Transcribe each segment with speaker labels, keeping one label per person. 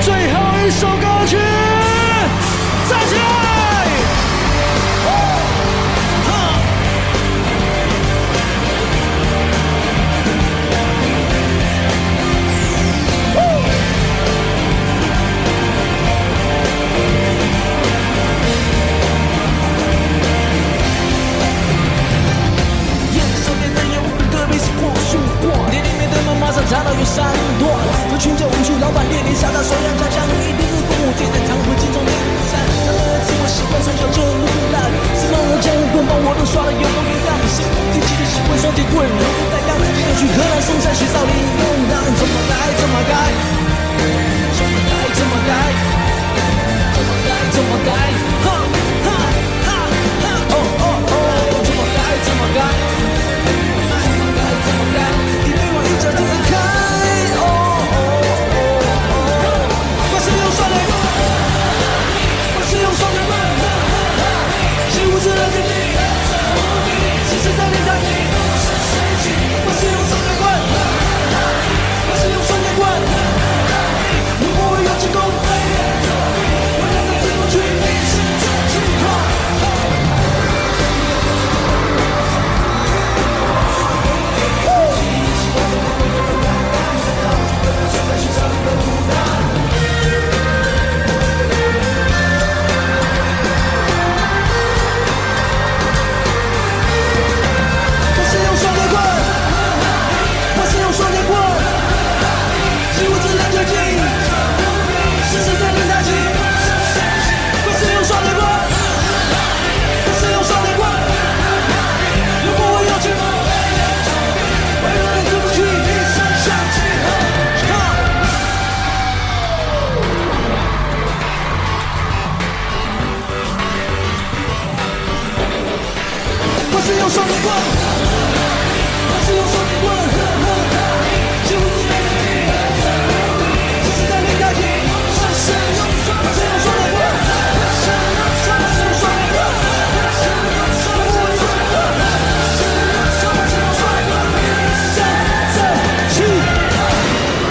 Speaker 1: 最后一首歌曲，站起来！
Speaker 2: 眼少年的烟雾特别是过树过，店里面的门马上查到有三段，有群叫无数老板列宁傻大说要加强，一边是公务接在长河镜中的雨伞，然而是我习惯从小就很烂，是让人家用棍棒我都刷了有容易让心提起的习惯双截棍，带刚才又去河南嵩山学少林弄堂，怎么改怎么改，怎么改怎么改，怎么改怎么改，哈哈哈哈，哦哦哦，怎么改怎么改。你对我一直都很开，哦哦哦哦，我是用双人，我是用双人梦，是无知的天地，是谁在天堂里？我是用双截棍，我是用双截棍，如果我有成功，我能够进过去，是真情话。我是用双截棍，我是用双截棍，是无知的绝境，是谁在领大旗？我是用双截棍，我是用双截棍，如果我有去，我永远出不去，一生向前。哈我是用双截棍，我是用双截棍，是无敌的力量，这是在练大体。我是用双截棍，我是用双截棍，我是用双截棍，我是用双截棍，三三七。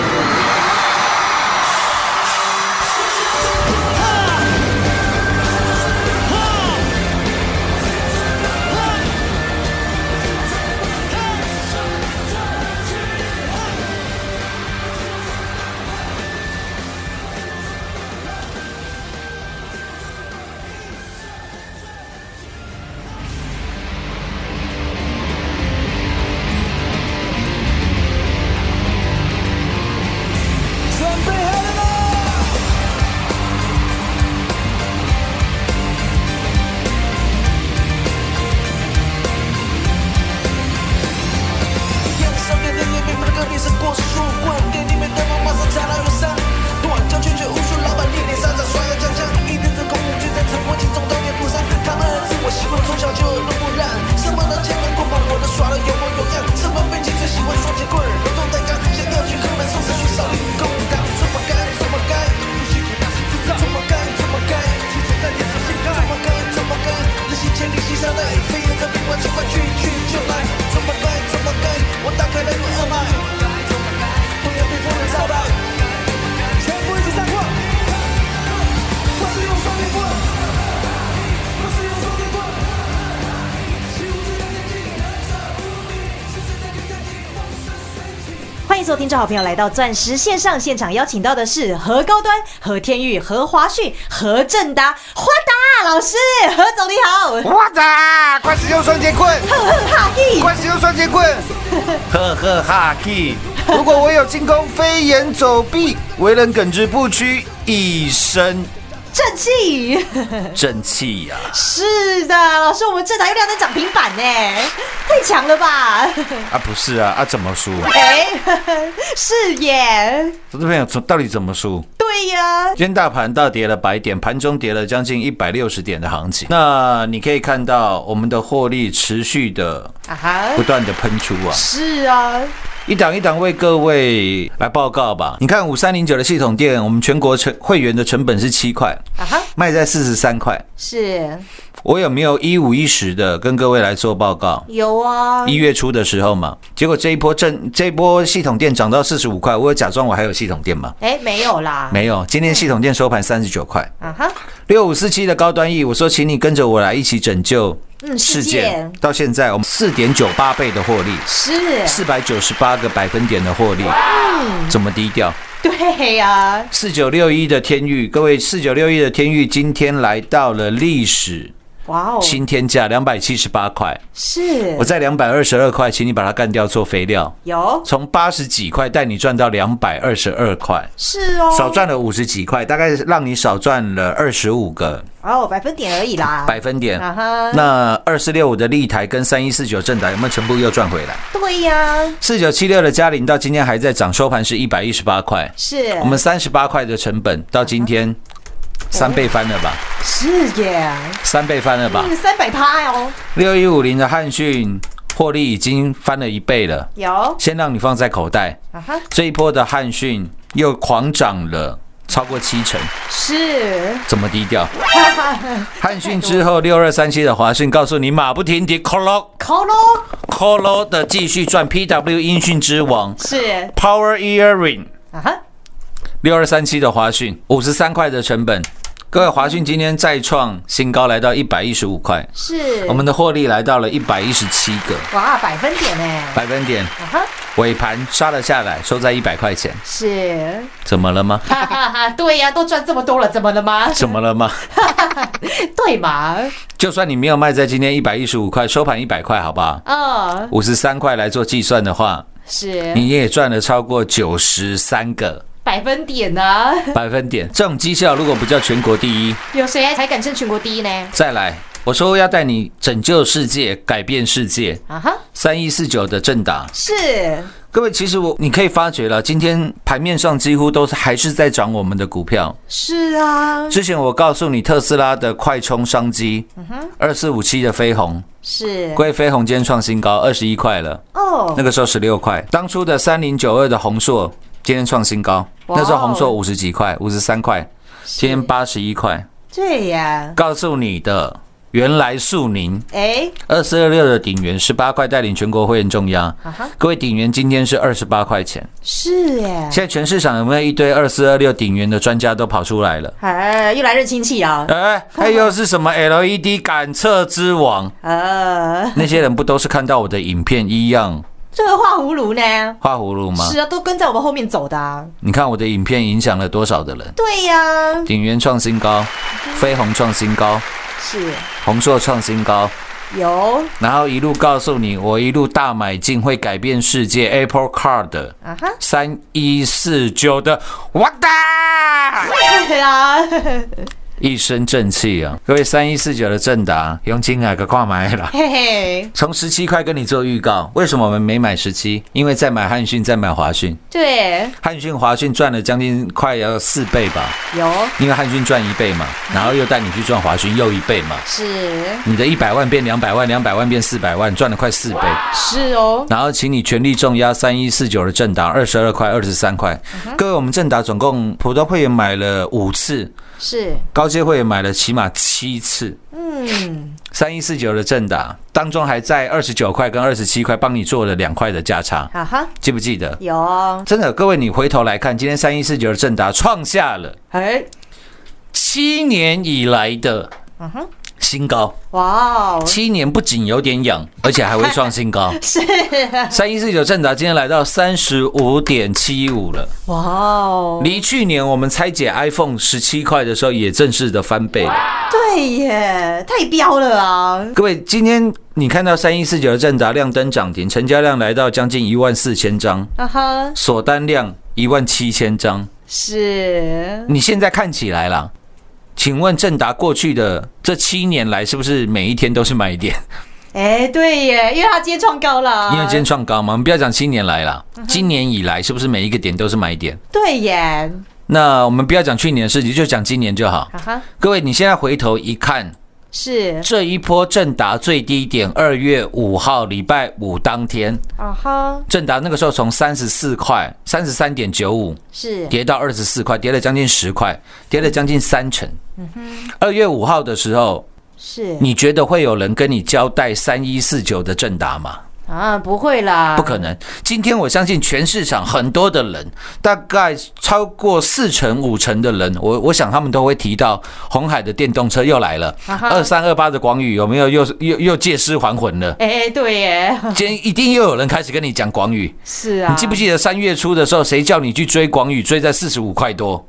Speaker 2: 准备好了吗？杨少年的脸被马克变成过树冠，店里面的猫马上踩到有三段，交圈却无数老板连连上涨，刷牙将将，一辈子功夫就在晨光镜中当面不散。他们自我习惯从小就耳濡目染，什么刀剑跟棍棒我都耍得有模有样，什么背景最喜欢双截棍，柔中带刚，想要去河南嵩山学少林功当，怎么干怎么干，怎么干怎么干，怎么干怎么干，日行千里西山来，飞檐走壁万千万去去就来，怎么干怎么干，我打开了你二脉，不要被风人杀败，全部一起上课，我是用双截棍，我是用双截棍，习武之人的技能，杀无敌，是谁在给战绩？我是神奇。
Speaker 3: 欢迎所有听众好朋友来到钻石线上现场，邀请到的是何高端、何天玉、何华旭、何正达、花达老师，何总你好，
Speaker 4: 哇哒！快使用双截棍，
Speaker 3: 呵呵哈嘿，
Speaker 4: 快使用双截棍，呵呵哈气。如果我有进攻，飞檐走壁，为人耿直不屈，一生
Speaker 3: 正气。
Speaker 4: 正气呀、
Speaker 3: 是的，老师，我们正达又亮灯涨停板呢，太强了吧？
Speaker 4: 啊！不是啊，啊怎么输？
Speaker 3: 哎，是耶，
Speaker 4: 投资朋友，到底怎么输？
Speaker 3: 对呀，
Speaker 4: 今天大盘大跌了百点，盘中跌了将近一百六十点的行情。那你可以看到我们的获利持续的
Speaker 3: 啊哈
Speaker 4: 不，断的喷出啊，
Speaker 3: 是啊，
Speaker 4: 一档一档为各位来报告吧。你看五三零九的系统店，我们全国成会员的成本是七块，
Speaker 3: 啊哈，
Speaker 4: 卖在四十三块。
Speaker 3: 是
Speaker 4: 我有没有一五一十的跟各位来做报告？
Speaker 3: 有啊，
Speaker 4: 一月初的时候嘛，结果这一波正这一波系统店涨到四十五块，我有假装我还有系统店吗？
Speaker 3: 哎，没有啦，
Speaker 4: 没有，今天系统店收盘三十九块。
Speaker 3: 啊哈，
Speaker 4: 六五四七的高端 E，我说请你跟着我来一起拯救
Speaker 3: 嗯
Speaker 4: 世
Speaker 3: 世
Speaker 4: 界。
Speaker 3: 界
Speaker 4: 到现在我们四点九八倍的获利，
Speaker 3: 是，
Speaker 4: 四百九十八个百分点的获利，怎么低调？
Speaker 3: 对呀，
Speaker 4: 四九六一的天域，各位四九六一的天域今天来到了历史
Speaker 3: 哇哦，
Speaker 4: 新天价两百七十八块，
Speaker 3: 是
Speaker 4: 我在两百二十二块，请你把它干掉做肥料，
Speaker 3: 有
Speaker 4: 从八十几块带你赚到两百二十二块，
Speaker 3: 是哦，
Speaker 4: 少赚了五十几块，大概让你少赚了二十五个
Speaker 3: 哦百分点而已啦，
Speaker 4: 百分点。
Speaker 3: 啊哈，
Speaker 4: 那二四六五的立台跟三一四九正达有没有全部又赚回来？
Speaker 3: 对呀，
Speaker 4: 四九七六的嘉玲到今天还在涨，收盘是一百一十八块。
Speaker 3: 是
Speaker 4: 我们三十八块的成本到今天三倍翻了吧？
Speaker 3: 是耶，
Speaker 4: 三倍翻了吧？
Speaker 3: 嗯，三百趴哦，
Speaker 4: 六一五零的汉讯获利已经翻了一倍了，
Speaker 3: 有
Speaker 4: 先让你放在口袋。
Speaker 3: 啊哈，
Speaker 4: 这一波的汉讯又狂涨了。超过七成，
Speaker 3: 是，
Speaker 4: 怎么低调？汉讯之后六二三七的华讯告诉你，马不停蹄 c o l o
Speaker 3: 靠喽，
Speaker 4: c o l o 的继续赚 PW 音讯之王
Speaker 3: 是
Speaker 4: Power Earring
Speaker 3: 啊哈，
Speaker 4: 六二三七的华讯，五十三块的成本。各位，华讯今天再创新高，来到一百一十五块，
Speaker 3: 是
Speaker 4: 我们的获利来到了一百一十七个
Speaker 3: 哇百分点呢，
Speaker 4: 百分点，
Speaker 3: 啊哈，
Speaker 4: 尾盘杀了下来，收在一百块钱，
Speaker 3: 是。
Speaker 4: 怎么了吗？
Speaker 3: 哈哈哈，对呀、都赚这么多了，怎么了吗？
Speaker 4: 怎么了吗？
Speaker 3: 对嘛？
Speaker 4: 就算你没有卖在今天一百一十五块，收盘一百块，好不好？
Speaker 3: 嗯，
Speaker 4: 五十三块来做计算的话，
Speaker 3: 是
Speaker 4: 你也赚了超过九十三个
Speaker 3: 百分点呢、啊？
Speaker 4: 百分点。这种绩效如果不叫全国第一，
Speaker 3: 有谁还敢争全国第一呢？
Speaker 4: 再来，我说要带你拯救世界，改变世界。
Speaker 3: 啊哈，
Speaker 4: 三一四九的正达，
Speaker 3: 是
Speaker 4: 各位，其实我你可以发觉了，今天盘面上几乎都是还是在涨我们的股票。
Speaker 3: 是啊，
Speaker 4: 之前我告诉你特斯拉的快充商机，二四五七的飞鸿，
Speaker 3: 是
Speaker 4: 各位飞鸿今天创新高二十一块了，
Speaker 3: 哦
Speaker 4: 那，个时候十六块，当初的三零九二的宏硕今天创新高，
Speaker 3: 哇哦
Speaker 4: 那时候宏硕五十几块，五十三块，今天八十一块。
Speaker 3: 对呀、
Speaker 4: 告诉你的，原来速宁
Speaker 3: 哎，
Speaker 4: 二四二六的鼎元十八块带领全国会员重压
Speaker 3: 啊哈，
Speaker 4: 各位鼎元今天是二十八块钱。
Speaker 3: 是耶，
Speaker 4: 现在全市场有没有一堆二四二六鼎元的专家都跑出来了？
Speaker 3: 哎，又来认亲戚啊，
Speaker 4: 哎，哎又 是什么 LED 感测之王？
Speaker 3: 呃，
Speaker 4: 那些人不都是看到我的影片一样
Speaker 3: 这个画葫芦呢？
Speaker 4: 画葫芦吗
Speaker 3: 是？啊，都跟在我们后面走的、啊。
Speaker 4: 你看我的影片影响了多少的人？
Speaker 3: 对呀、
Speaker 4: 鼎元创新高，飞鸿创新高，
Speaker 3: 是
Speaker 4: 宏硕创新高，
Speaker 3: 有
Speaker 4: 然后一路告诉你，我一路大买进会改变世界 Apple Car 的
Speaker 3: 啊哈，
Speaker 4: 三一四九的，我的
Speaker 3: 对啊，
Speaker 4: 一身正气啊！各位三一四九的正达，用金啊个挂买啦。
Speaker 3: 嘿嘿，
Speaker 4: 从十七块跟你做预告，为什么我们没买十七？因为在买汉讯，在买华讯，
Speaker 3: 对，
Speaker 4: 汉讯、华讯赚了将近快要四倍吧，
Speaker 3: 有
Speaker 4: 因为汉讯赚一倍嘛，然后又带你去赚华讯又一倍嘛，
Speaker 3: 是
Speaker 4: 你的一百万变两百万，两百万变四百万，赚了快四倍。
Speaker 3: 是哦，
Speaker 4: 然后请你全力重压三一四九的正达，二十二块、二十三块。各位，我们正达总共普通会员买了五次，
Speaker 3: 是
Speaker 4: 高阶会员买了起码七次。
Speaker 3: 嗯，
Speaker 4: 三一四九的正达当中还在二十九块跟二十七块帮你做了两块的价差，
Speaker 3: 啊哈，
Speaker 4: 记不记得？
Speaker 3: 有哦，
Speaker 4: 真的，各位，你回头来看，今天三一四九的正达创下了
Speaker 3: 哎，
Speaker 4: 七年以来的
Speaker 3: 嗯哼，
Speaker 4: 新高，
Speaker 3: 哇哦，
Speaker 4: 七年不仅有点痒，而且还会创新高。
Speaker 3: 是，啊
Speaker 4: 三一四九正达今天来到三十五点七五了，
Speaker 3: 哇哦，
Speaker 4: 离去年我们拆解 iPhone 十七块的时候，也正式的翻倍了。
Speaker 3: 对耶，太彪了啊，
Speaker 4: 各位，今天你看到三一四九的正达亮灯涨停，成交量来到将近一万四千张，
Speaker 3: 啊哈，
Speaker 4: 锁单量一万七千张。
Speaker 3: 是
Speaker 4: 你现在看起来啦，请问正达过去的这七年来，是不是每一天都是买点？
Speaker 3: 哎，对耶，因为它今天创高了，
Speaker 4: 因为今天创高嘛，我们不要讲七年来啦，今年以来是不是每一个点都是买点？
Speaker 3: 对耶，
Speaker 4: 那我们不要讲去年的事情，就讲今年就好。
Speaker 3: 啊哈哈，
Speaker 4: 各位，你现在回头一看，
Speaker 3: 是
Speaker 4: 这一波正达最低点，二月五号礼拜五当天，
Speaker 3: 啊哈，
Speaker 4: 正达那个时候从三十四块、三十三点九五
Speaker 3: 是
Speaker 4: 跌到二十四块，跌了将近十块，跌了将近三成。二月五号的时候，
Speaker 3: 是
Speaker 4: 你觉得会有人跟你交代三一四九的正达吗？
Speaker 3: 啊，不会啦，
Speaker 4: 不可能。今天我相信全市场很多的人，大概超过四成五成的人，我我想他们都会提到红海的电动车又来了，
Speaker 3: 啊哈
Speaker 4: 二三二八的广宇有没有又又又借尸还魂了？
Speaker 3: 哎，对耶，
Speaker 4: 今天一定又有人开始跟你讲广宇，
Speaker 3: 是啊，
Speaker 4: 你记不记得三月初的时候，谁叫你去追广宇，追在四十五块多？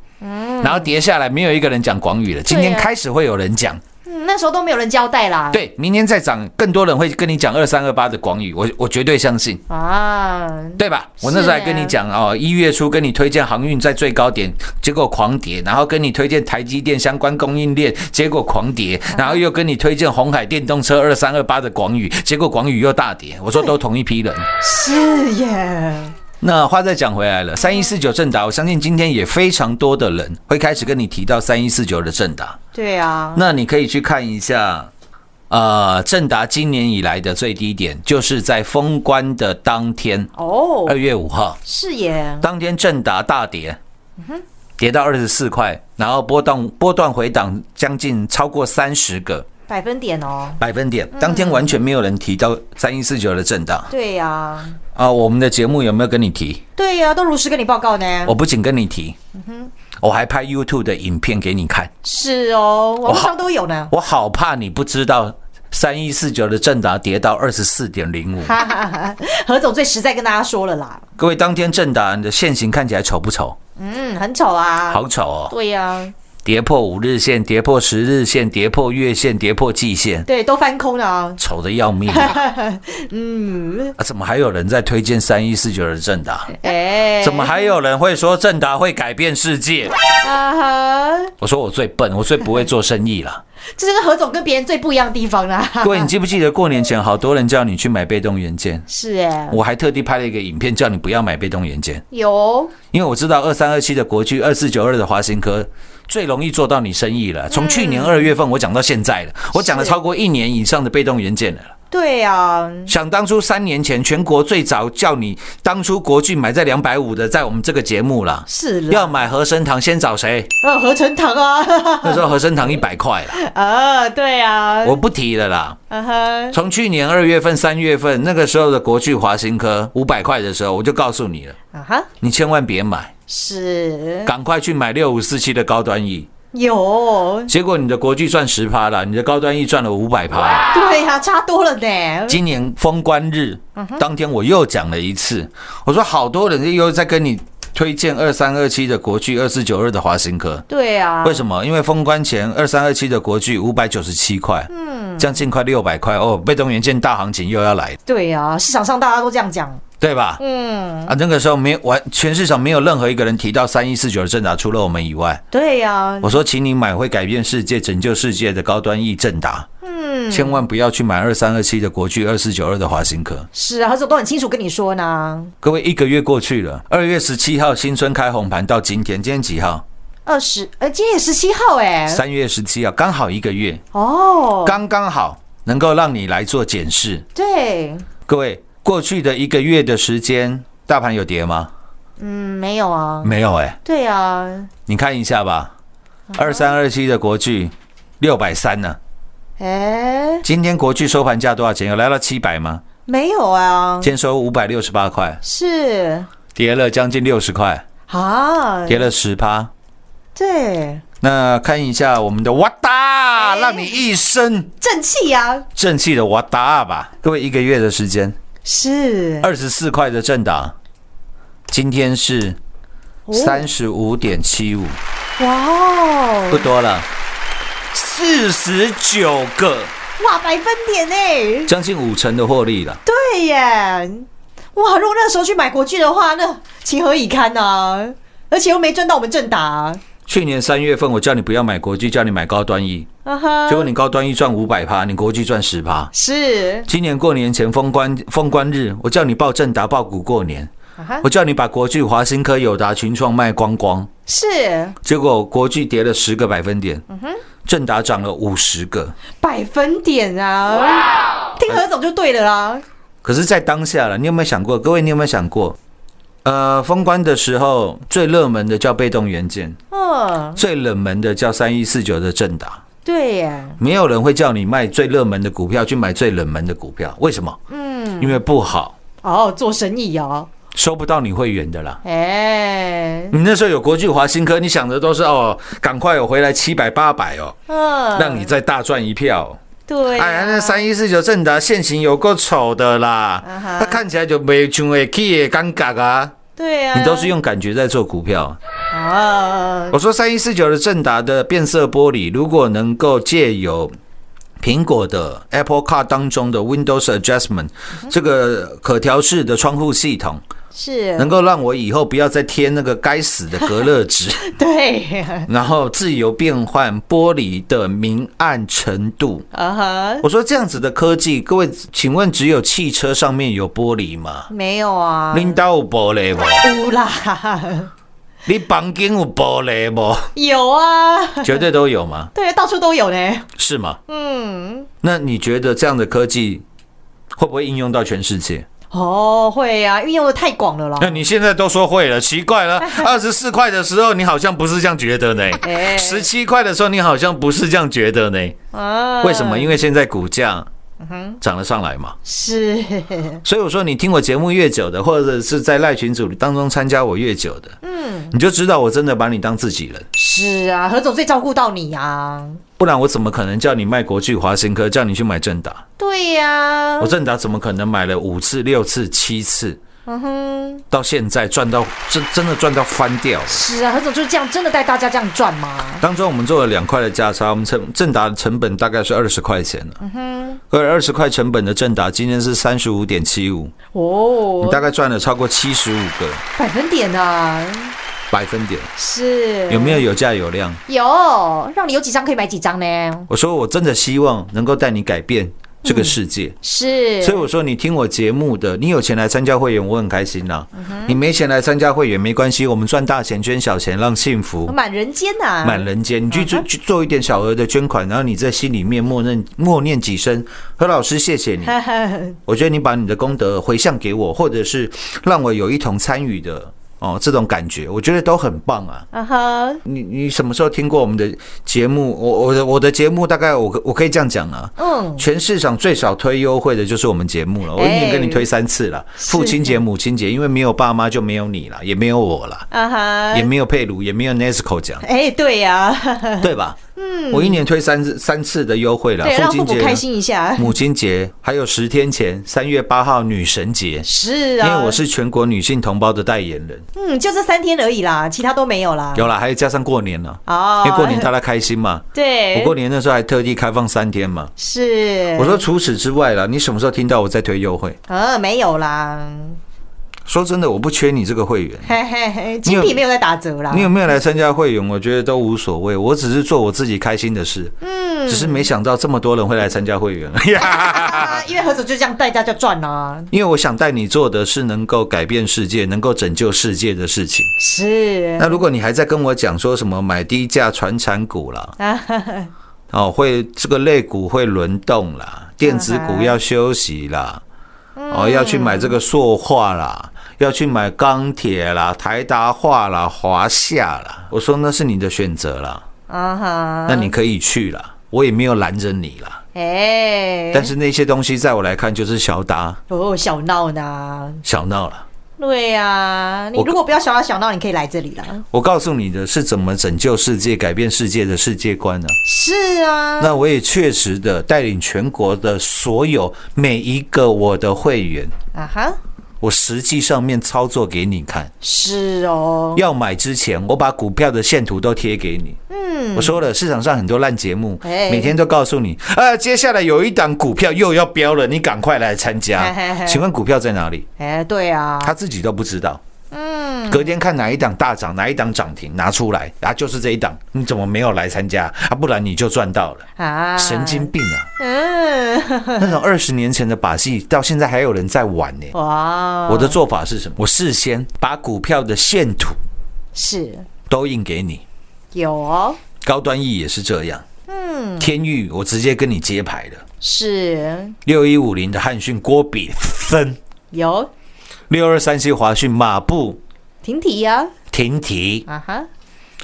Speaker 4: 然后跌下来，没有一个人讲广宇了。今
Speaker 3: 嗯
Speaker 4: 天
Speaker 3: 对啊啊
Speaker 4: 开始会有人讲，
Speaker 3: 嗯那时候都没有人交代啦，
Speaker 4: 对，明天再涨，更多人会跟你讲二三二八的广宇，我我绝对相信。
Speaker 3: 啊，
Speaker 4: 对吧？我那时候还跟你讲哦，一月初跟你推荐航运在最高点，结果狂跌；然后跟你推荐台积电相关供应链，结果狂跌；
Speaker 3: 嗯
Speaker 4: 然后又跟你推荐红海电动车二三二八的广宇，结果广宇又大跌。我说都同一批人。
Speaker 3: 是耶，
Speaker 4: 那话再讲回来了，三一四九正达，我相信今天也非常多的人会开始跟你提到三一四九的正达。
Speaker 3: 对啊，
Speaker 4: 那你可以去看一下，呃，正达今年以来的最低点就是在封关的当天，
Speaker 3: 哦
Speaker 4: 二，月五号。
Speaker 3: 是耶，
Speaker 4: 当天正达大跌，跌到二十四块，然后波动波段回档将近超过三十个
Speaker 3: 百分点哦，
Speaker 4: 百分点。当天完全没有人提到三一四九的震荡
Speaker 3: 对呀，
Speaker 4: 啊！我们的节目有没有跟你提？
Speaker 3: 对呀，都如实跟你报告呢
Speaker 4: 我，不仅跟你提，我还拍 YouTube 的影片给你看。
Speaker 3: 是哦，网络上都有呢，
Speaker 4: 我好怕你不知道三一四九的正达跌到二十四点零五。
Speaker 3: 哈哈哈，何总最实在跟大家说了啦，
Speaker 4: 各位，当天正达的现形看起来丑不丑？
Speaker 3: 嗯，很丑啊，
Speaker 4: 好丑哦！
Speaker 3: 对呀，
Speaker 4: 跌破五日线，跌破十日线，跌破月线，跌破季线。
Speaker 3: 对，都翻空了 啊，
Speaker 4: 丑的要命、啊。啊，怎么还有人在推荐三一四九的正达？
Speaker 3: 哎，
Speaker 4: 怎么还有人会说正达会改变世界？
Speaker 3: 啊哈？
Speaker 4: 我说我最笨，我最不会做生意了。
Speaker 3: 这就是何总跟别人最不一样的地方啦。
Speaker 4: 各位，你记不记得过年前好多人叫你去买被动元件？
Speaker 3: 是哎，
Speaker 4: 我还特地拍了一个影片叫你不要买被动元件，
Speaker 3: 有
Speaker 4: 因为我知道二三二七的国巨、二四九二的华新科最容易做到你生意了。从去年二月份我讲到现在了，我讲了超过一年以上的被动元件了。
Speaker 3: 对啊，
Speaker 4: 想当初三年前，全国最早叫你当初国巨买在两百五的，在我们这个节目啦，
Speaker 3: 是啊啦，
Speaker 4: 要买和生堂先找谁？
Speaker 3: 呃合成糖啊，
Speaker 4: 那时候和生堂一百块啦，
Speaker 3: 啊对啊，
Speaker 4: 我不提了啦。
Speaker 3: 嗯哼，
Speaker 4: 从去年二月份、三月份那个时候的国巨华新科五百块的时候，我就告诉你了，
Speaker 3: 啊哈
Speaker 4: 你千万别买，
Speaker 3: 是
Speaker 4: 赶快去买六五四七的高端 E。
Speaker 3: 有，
Speaker 4: 结果你的国巨赚十趴了，你的高端 E 赚了五百趴。
Speaker 3: 对呀、差多了呢，
Speaker 4: 今年封关日当天，我又讲了一次，我说好多人又在跟你推荐二三二七的国巨，二四九二的华新科。
Speaker 3: 对啊，
Speaker 4: 为什么？因为封关前二三二七的国巨五百九十七块，嗯，将近快六百块哦，被动元件大行情又要来，
Speaker 3: 对啊，市场上大家都这样讲，
Speaker 4: 对吧？
Speaker 3: 嗯，
Speaker 4: 啊，那个时候没有完，全市场没有任何一个人提到三一四九的正达，除了我们以外。
Speaker 3: 对啊呀、
Speaker 4: 我说，请你买会改变世界、拯救世界的高端 E 正达，嗯，千万不要去买二三二七的国巨、二四九二的华新科。
Speaker 3: 是啊，何总都很清楚跟你说呢，
Speaker 4: 各位，一个月过去了，二月十七号新春开红盘到今天，今天几号？
Speaker 3: 二十，呃，今天也十七号哎，
Speaker 4: 三月十七号，刚好一个月，
Speaker 3: 哦，
Speaker 4: 刚刚好能够让你来做检视。
Speaker 3: 对，
Speaker 4: 各位，过去的一个月的时间，大盘有跌吗？
Speaker 3: 嗯，没有啊，
Speaker 4: 没有哎、
Speaker 3: 对啊，
Speaker 4: 你看一下吧，二三二七的国巨六百三呢，
Speaker 3: 哎，
Speaker 4: 今天国巨收盘价多少钱？有来到七百吗？
Speaker 3: 没有啊，
Speaker 4: 今天收五百六十八块，
Speaker 3: 是
Speaker 4: 跌了将近六十块，
Speaker 3: 啊，
Speaker 4: 跌了十趴。
Speaker 3: 对，
Speaker 4: 那看一下我们的哇哒，让你一身
Speaker 3: 正气呀、啊，
Speaker 4: 正气的哇哒吧。各位，一个月的时间，
Speaker 3: 是
Speaker 4: 二十四块的震荡，今天是三十五点七五，
Speaker 3: 哇哦
Speaker 4: 不，多了，四十九个，
Speaker 3: 哇，百分点哎，
Speaker 4: 将近五成的获利了。
Speaker 3: 对耶，哇，如果那时候去买国剧的话，那情何以堪呐、啊？而且又没赚到我们正打、
Speaker 4: 去年三月份我叫你不要买国际，叫你买高端 E，
Speaker 3: 嗯哼
Speaker 4: 结果你高端 E 赚五百趴，你国际赚十趴。
Speaker 3: 是，
Speaker 4: 今年过年前封关封关日，我叫你报正达报股过年，
Speaker 3: 啊哈
Speaker 4: 我叫你把国巨、华新科、友达、群创卖光光，
Speaker 3: 是
Speaker 4: 结果国巨跌了十个百分点，
Speaker 3: 嗯
Speaker 4: 正达涨了五十个。
Speaker 3: 百分点啊，听何总就对了啦。
Speaker 4: 可是，在当下了，你有没有想过？各位，你有没有想过？呃，封关的时候最热门的叫被动元件，
Speaker 3: 嗯，
Speaker 4: 最冷门的叫三一四九的正达。
Speaker 3: 对耶，
Speaker 4: 没有人会叫你卖最热门的股票去买最冷门的股票，为什么？嗯，因为不好，
Speaker 3: 哦，做生意哦，
Speaker 4: 收不到你会员的啦。
Speaker 3: 哎，
Speaker 4: 你那时候有国际华新科，你想的都是哦，赶快有回来七百八百哦，
Speaker 3: 嗯，
Speaker 4: 让你再大赚一票。
Speaker 3: 对啊，
Speaker 4: 哎呀，那三一四九正达现行有够丑的啦
Speaker 3: 啊哈，
Speaker 4: 它看起来就没像会起的尴尬啊。
Speaker 3: 对啊，
Speaker 4: 你都是用感觉在做股票。
Speaker 3: 啊，
Speaker 4: 我说三一四九的正达的变色玻璃，如果能够借由苹果的 Apple Car 当中的 Windows Adjustment 这个可调式的窗户系统，能
Speaker 3: 是，
Speaker 4: 够让我以后不要再贴那个该死的隔热纸，
Speaker 3: 对，
Speaker 4: 然后自由变换玻璃的明暗程度。
Speaker 3: 啊哈，
Speaker 4: 我说这样子的科技，各位，请问只有汽车上面有玻璃吗？
Speaker 3: 没有啊，
Speaker 4: 领导有玻璃吗？
Speaker 3: 有啦，
Speaker 4: 你房间有玻璃吗？
Speaker 3: 有啊，
Speaker 4: 绝对都有吗？
Speaker 3: 对，到处都有呢，
Speaker 4: 是吗？
Speaker 3: 嗯，
Speaker 4: 那你觉得这样的科技会不会应用到全世界？
Speaker 3: 哦，会啊，运用的太广了啦，
Speaker 4: 那你现在都说会了，奇 怪了。二十四块的时候，你好像不是这样觉得呢
Speaker 3: 哎；
Speaker 4: 十七块的时候，你好像不是这样觉得呢。
Speaker 3: 啊，
Speaker 4: 为什么？因为现在股价
Speaker 3: 嗯
Speaker 4: 涨了上来嘛。
Speaker 3: 是，
Speaker 4: 所以我说，你听我节目越久的，或者是在赖群组当中参加我越久的，嗯，你就知道我真的把你当自己人，
Speaker 3: 是啊，何总最照顾到你啊，
Speaker 4: 不然我怎么可能叫你卖国巨、华新科，叫你去买正达？
Speaker 3: 对呀
Speaker 4: 我，正达怎么可能买了五次、六次、七次？
Speaker 3: 嗯哼，
Speaker 4: 到现在赚到真真的赚到翻掉。
Speaker 3: 是啊，何总就是这样，真的带大家这样赚嘛，
Speaker 4: 当中我们做了两块的价差，我们成正达的成本大概是二十块钱了。嗯哼，各位二十块成本的正达今天是三十五点七五，你
Speaker 3: 哦
Speaker 4: 大，概赚了超过七十五个
Speaker 3: 百分点啊，
Speaker 4: 百分点，
Speaker 3: 是，
Speaker 4: 有没有有价有量？
Speaker 3: 有，让你有几张可以买几张呢？
Speaker 4: 我说我真的希望能够带你改变这个世界。
Speaker 3: 是，
Speaker 4: 所以我说，你听我节目的，你有钱来参加会员，我很开心啦、你没钱来参加会员没关系，我们赚大钱捐小钱，让幸福
Speaker 3: 满人间啊呐、
Speaker 4: 满人间，你去做去做一点小额的捐款，然后你在心里面默认默念几声“何老师，谢谢你”。我觉得你把你的功德回向给我，或者是让我有一同参与的哦，这种感觉，我觉得都很棒啊。
Speaker 3: 啊哈，
Speaker 4: 你你什么时候听过我们的节目？我我的我的节目大概我可我可以这样讲啊，
Speaker 3: 嗯，
Speaker 4: 全市场最少推优惠的就是我们节目了，我一年给你推三次了，父亲节、母亲节，因为没有爸妈就没有你了，也没有我了。
Speaker 3: 啊哈
Speaker 4: 也，没有佩鲁，也没有 Nesco 奖，
Speaker 3: 哎、对呀、
Speaker 4: 对吧？嗯，我一年推三次三次的优惠了，
Speaker 3: 对，让父
Speaker 4: 亲
Speaker 3: 母
Speaker 4: 节、啊
Speaker 3: 开心 一下，
Speaker 4: 母亲节，还有十天前三月八号女神节，
Speaker 3: 是
Speaker 4: 因
Speaker 3: 啊，
Speaker 4: 为我是全国女性同胞的代言人，
Speaker 3: 嗯，就这三天而已啦，其他都没有啦，
Speaker 4: 有啦，还有加上过年了，
Speaker 3: 啊哦哎
Speaker 4: 因，为过年大家开 心嘛。
Speaker 3: 对，
Speaker 4: 我过年那时候还特地开放三天嘛。
Speaker 3: 是，
Speaker 4: 我说除此之外了，你什么时候听到我在推优惠？
Speaker 3: 呃没有啦，
Speaker 4: 说真的，我不缺你这个会员。
Speaker 3: 嘿嘿嘿，精品没有在打折啦，
Speaker 4: 你有没 有来参加会员？我觉得都无所谓，我只是做我自己开心的事。嗯，只是没想到这么多人会来参加会员。
Speaker 3: 啊， 因为何总就这样带大家赚啦、
Speaker 4: 因为我想带你做的是能够改变世界、能够拯救世界的事情。
Speaker 3: 是
Speaker 4: 那如果你还在跟我讲说什么买低价传产股啦，
Speaker 3: 啊，哈哈
Speaker 4: 哦，会这个类股会轮动啦，电子股要休息啦，哦，要去买这个塑化啦，要去买钢铁啦、台达化啦、华夏啦，我说那是你的选择啦，
Speaker 3: 啊哈，
Speaker 4: 那你可以去啦，我也没有拦着你啦。
Speaker 3: 哎，
Speaker 4: 但是那些东西在我来看就是小打
Speaker 3: 哦，小闹呢。
Speaker 4: 小闹了。
Speaker 3: 对呀、啊，你
Speaker 4: 我
Speaker 3: 如果不要小打小闹，你可以来这里啦。
Speaker 4: 我告诉你的是怎么拯救世界、改变世界的世界观呢、
Speaker 3: 是啊，
Speaker 4: 那我也确实的带领全国的所有每一个我的会员，
Speaker 3: 啊哈，
Speaker 4: 我实际上面操作给你看。
Speaker 3: 是哦，
Speaker 4: 要买之前，我把股票的线图都贴给你。嗯，我说了，市场上很多烂节目，
Speaker 3: 哎
Speaker 4: 每天都告诉你，啊，接下来有一档股票又要飙了，你赶快来参
Speaker 3: 嘿嘿
Speaker 4: 加。
Speaker 3: 嘿
Speaker 4: 请问股票在哪里？
Speaker 3: 哎，对啊，
Speaker 4: 他自己都不知道。嗯，隔天看哪一档大涨，哪一档涨停拿出来啊，就是这一档，你怎么没有来参加啊？不然你就赚到了，
Speaker 3: 啊
Speaker 4: 神经，病 啊！
Speaker 3: 嗯，
Speaker 4: 那种二十年前的把戏，到现在还有人在玩呢、
Speaker 3: 哇，
Speaker 4: 我的做法是什么？我事先把股票的线图
Speaker 3: 是
Speaker 4: 都印给你，
Speaker 3: 有哦，
Speaker 4: 高端 E 也是这样。嗯，天域我直接跟你揭牌了，
Speaker 3: 是
Speaker 4: 六一五零的汉讯郭比分，
Speaker 3: 有
Speaker 4: 六二三七华讯马步
Speaker 3: 停体呀，
Speaker 4: 停提，
Speaker 3: 啊哈，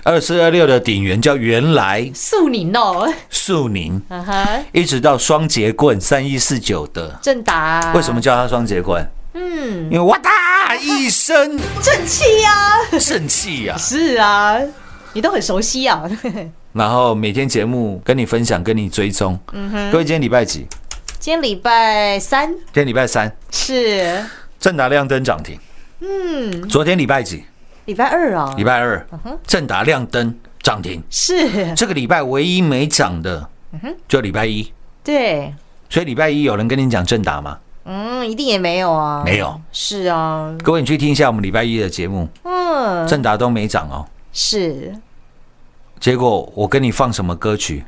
Speaker 4: 二四二六的鼎元叫原来
Speaker 3: 素你哦，
Speaker 4: 苏宁，
Speaker 3: 啊哈，
Speaker 4: 一直到双节棍三一四九的，
Speaker 3: 正达，
Speaker 4: 为什么叫它双节棍？啊嗯，因为哇哒一声
Speaker 3: 正气呀？
Speaker 4: 正气 呀、
Speaker 3: 是啊，你都很熟悉啊，
Speaker 4: 然后每天节目跟你分享，跟你追踪。各位，今天礼拜几？
Speaker 3: 今天礼拜三
Speaker 4: 今天礼拜三，
Speaker 3: 是
Speaker 4: 正达亮灯涨停。嗯，昨天礼拜几？
Speaker 3: 礼拜二啊，
Speaker 4: 礼拜二，正达亮灯涨停。
Speaker 3: 是
Speaker 4: 这个礼拜唯一没涨的，就礼拜一。
Speaker 3: 对，
Speaker 4: 所以礼拜一有人跟你讲正达吗？
Speaker 3: 嗯，一定也没有啊，
Speaker 4: 没有。
Speaker 3: 是啊，
Speaker 4: 各位，你去听一下我们礼拜一的节目，
Speaker 3: 嗯，
Speaker 4: 正达都没涨哦。
Speaker 3: 是
Speaker 4: 结果我跟你放什么歌曲？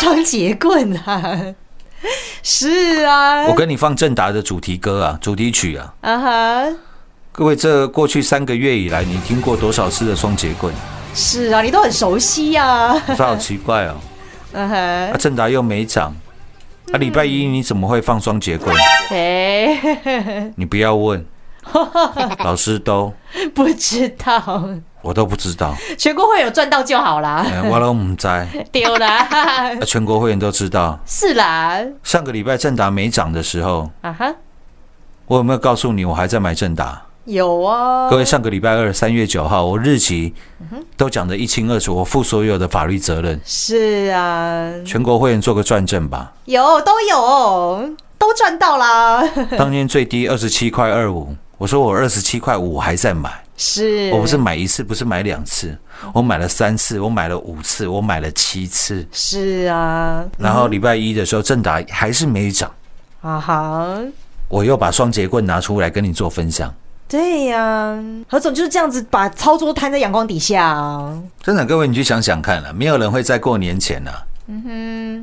Speaker 3: 双节棍啊，是啊，
Speaker 4: 我跟你放正达的主题歌啊，主题曲啊。
Speaker 3: 啊哈，
Speaker 4: 各位，这过去三个月以来，你听过多少次的双节棍？
Speaker 3: 是啊，你都很熟悉啊，
Speaker 4: 这好奇怪哦。
Speaker 3: 嗯哼
Speaker 4: 啊，，正达又没涨，啊，礼拜一你怎么会放双节棍？
Speaker 3: 哎，
Speaker 4: 你不要问，老师都
Speaker 3: 不知道，
Speaker 4: 我都不知道，
Speaker 3: 全国会有赚到就好啦，
Speaker 4: 哎我都唔知，啊，
Speaker 3: 丢 啦，
Speaker 4: 全国会员都知道。
Speaker 3: 是啦，
Speaker 4: 上个礼拜正达没涨的时候，
Speaker 3: 啊哈，
Speaker 4: 我有没有告诉你我还在买正达？
Speaker 3: 有啊，
Speaker 4: 各位，上个礼拜二，三月九号，我日期都讲得一清二楚，我负所有的法律责任。
Speaker 3: 是啊，
Speaker 4: 全国会员做个转正吧，
Speaker 3: 有都有，都赚到啦，
Speaker 4: 当天最低二十七块二五，我说我二十七块五还在买。
Speaker 3: 是，
Speaker 4: 我不是买一次，不是买两次，我买了三次，我买了五次，我买了七次。
Speaker 3: 是啊，
Speaker 4: 然后礼拜一的时候，正达还是没涨，
Speaker 3: 啊哈，
Speaker 4: 我又把双节棍拿出来跟你做分享。
Speaker 3: 对呀、何总就是这样子把操作摊在阳光底下啊，
Speaker 4: 真的，各位你去想想看了、没有人会在过年前呢、嗯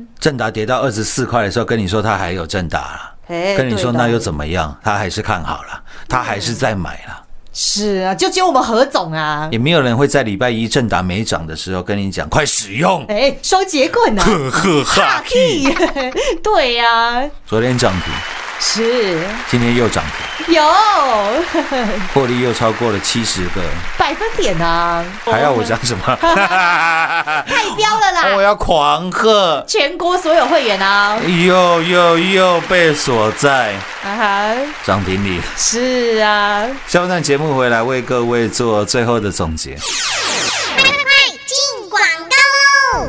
Speaker 4: 哼，正达跌到二十四块的时候，跟你说他还有正达了，
Speaker 3: 哎
Speaker 4: 跟你说
Speaker 3: 对的嗯
Speaker 4: 那又怎么样？他还是看好了，他还是在买了。
Speaker 3: 是啊，就只有我们何总啊，
Speaker 4: 也没有人会在礼拜一正达没涨的时候跟你讲快使用，
Speaker 3: 哎，双节棍 啊，
Speaker 4: 呵呵哈气。
Speaker 3: 对呀、
Speaker 4: 昨天涨停，
Speaker 3: 是
Speaker 4: 今天又涨停。
Speaker 3: 有
Speaker 4: 获利又超过了七十个，
Speaker 3: 百分点啊，
Speaker 4: 还要我讲什么？
Speaker 3: 哦
Speaker 4: 哦
Speaker 3: 太标了啦，
Speaker 4: 我要狂喝，
Speaker 3: 全国所有会员啊，
Speaker 4: 又又又被锁在
Speaker 3: 啊哈，
Speaker 4: 涨停里。
Speaker 3: 是啊，
Speaker 4: 下半段节目回来为各位做最后的总结。
Speaker 5: 进广告喽！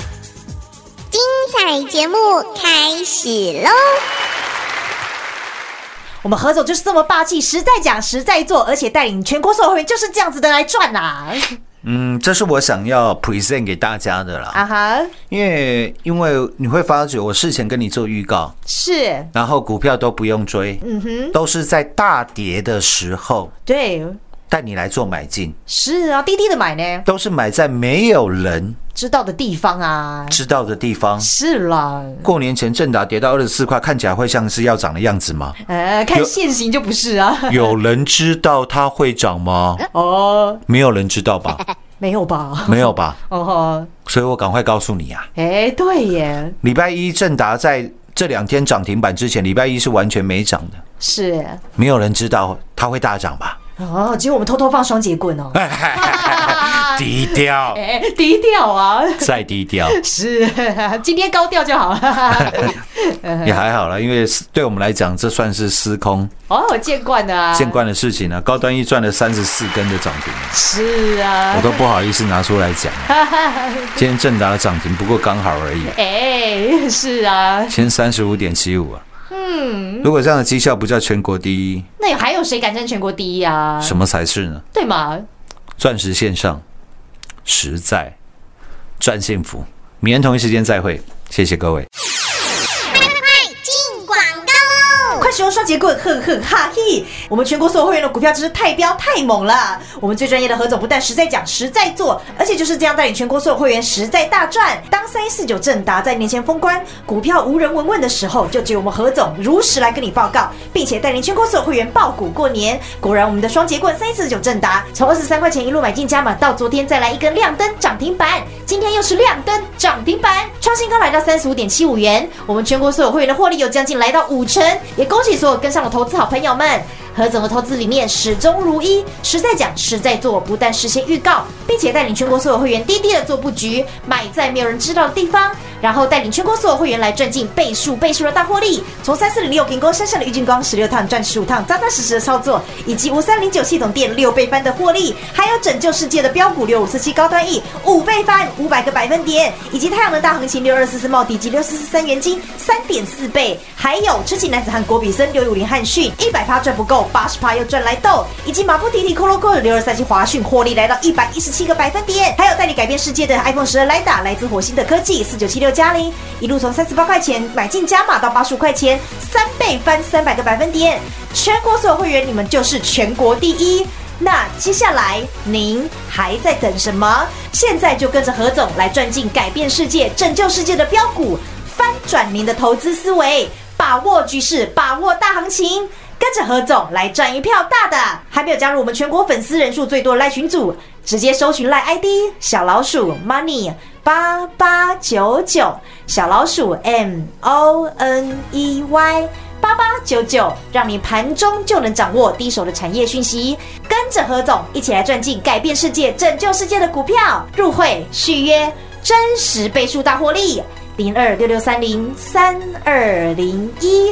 Speaker 5: 彩节目开始喽！
Speaker 3: 我们何总就是这么霸气，实在讲实在做，而且带领全国所有会员就是这样子的来赚啦，
Speaker 4: 嗯，这是我想要 present 给大家的啦，
Speaker 3: 啊哈，
Speaker 4: 因为因为你会发觉我事前跟你做预告，
Speaker 3: 是，
Speaker 4: 然后股票都不用追，
Speaker 3: 嗯哼，
Speaker 4: 都是在大跌的时候
Speaker 3: 对，
Speaker 4: 带你来做买进，
Speaker 3: 是啊，滴滴的买呢，
Speaker 4: 都是买在没有人
Speaker 3: 知道的地方啊，
Speaker 4: 知道的地方。
Speaker 3: 是啦，
Speaker 4: 过年前正达跌到二十四块，看起来会像是要涨的样子吗？
Speaker 3: 呃，看
Speaker 4: 有
Speaker 3: 现行就不是啊，
Speaker 4: 有人知道它会涨吗？
Speaker 3: 哦，
Speaker 4: 没有人知道吧？
Speaker 3: 没有吧？
Speaker 4: 没有吧？
Speaker 3: 哦吼，
Speaker 4: 所以我赶快告诉你啊，
Speaker 3: 哎，对耶，
Speaker 4: 礼拜一正达在这两天涨停板之前，礼拜一是完全没涨的，
Speaker 3: 是
Speaker 4: 没有人知道它会大涨吧？
Speaker 3: 哦，结果我们偷偷放双节棍哦，
Speaker 4: 低调，
Speaker 3: 哎，低调啊，
Speaker 4: 再低调
Speaker 3: 是， 今天高调就好了。
Speaker 4: 也还好啦，因为对我们来讲，这算是司空
Speaker 3: 哦，我见惯的啊，
Speaker 4: 见惯的事情了、高端一赚了三十四根的涨停，
Speaker 3: 是
Speaker 4: 我
Speaker 3: 啊，
Speaker 4: 都不好意思拿出来讲。今天正达的涨停不过刚好而已，
Speaker 3: 哎，是啊，
Speaker 4: 先三十五点七五啊。嗯，如果这样的绩效不叫全国第一，
Speaker 3: 那还有谁敢争全国第一啊？
Speaker 4: 什么才是呢？
Speaker 3: 对吗？
Speaker 4: 钻石线上，实在赚幸福。明天同一时间再会，谢谢各位。
Speaker 5: 进广告喽！
Speaker 3: 快使用双节棍，哼哼哈嘿！我们全国所有会员的股票真是太彪太猛了。我们最专业的何总不但实在讲、实在做，而且就是这样带领全国所有会员实在大赚。当三一四九正达在年前封关，股票无人闻问的时候，就只有我们何总如实来跟你报告，并且带领全国所有会员爆股过年。果然，我们的双节棍三一四九正达从二十三块钱一路买进加码，到昨天再来一根亮灯涨停板，今天又是亮灯涨停板，创新高来到三十五点七五元。我们全国所有会员的获利有将近来到五成，也恭喜所有跟上的投资好朋友们。何总的投资理念始终如一，实在讲，实在做，不但实现预告，并且带领全国所有会员低低的做布局，买在没有人知道的地方，然后带领全国所有会员来赚进倍数倍数的大获利。从三四零六平工山上的郁金光十六趟赚十五趟，扎扎实实的操作，以及五三零九系统店六倍翻的获利，还有拯救世界的标股六五四七高端 E 五倍翻五百个百分点，以及太阳能大行情六二四四茂迪及六四四三元金三点四倍，还有痴情男子汉郭比森六五零汉逊一百趴赚不够，八十趴又赚来豆，以及马不停蹄 c o l o c o 的六二三七华讯获利来到一百一十七个百分点，还有带你改变世界的 iPhone 十二 l i d a 来自火星的科技四九七六加零，一路从三十八块钱买进加码到八十五块钱，三倍翻三百个百分点，全国所有会员你们就是全国第一。那接下来您还在等什么？现在就跟着何总来赚进改变世界、拯救世界的标股，翻转您的投资思维，把握局势，把握大行情。跟着何总来赚一票大的！还没有加入我们全国粉丝人数最多的赖群组，直接搜寻赖 ID 小老鼠 money 八八九九，小老鼠 m o n e y 八八九九，让你盘中就能掌握第一手的产业讯息，跟着何总一起来赚进改变世界、拯救世界的股票，入会续约，真实倍数大获利。零二六六三零三二零一，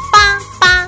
Speaker 5: 八八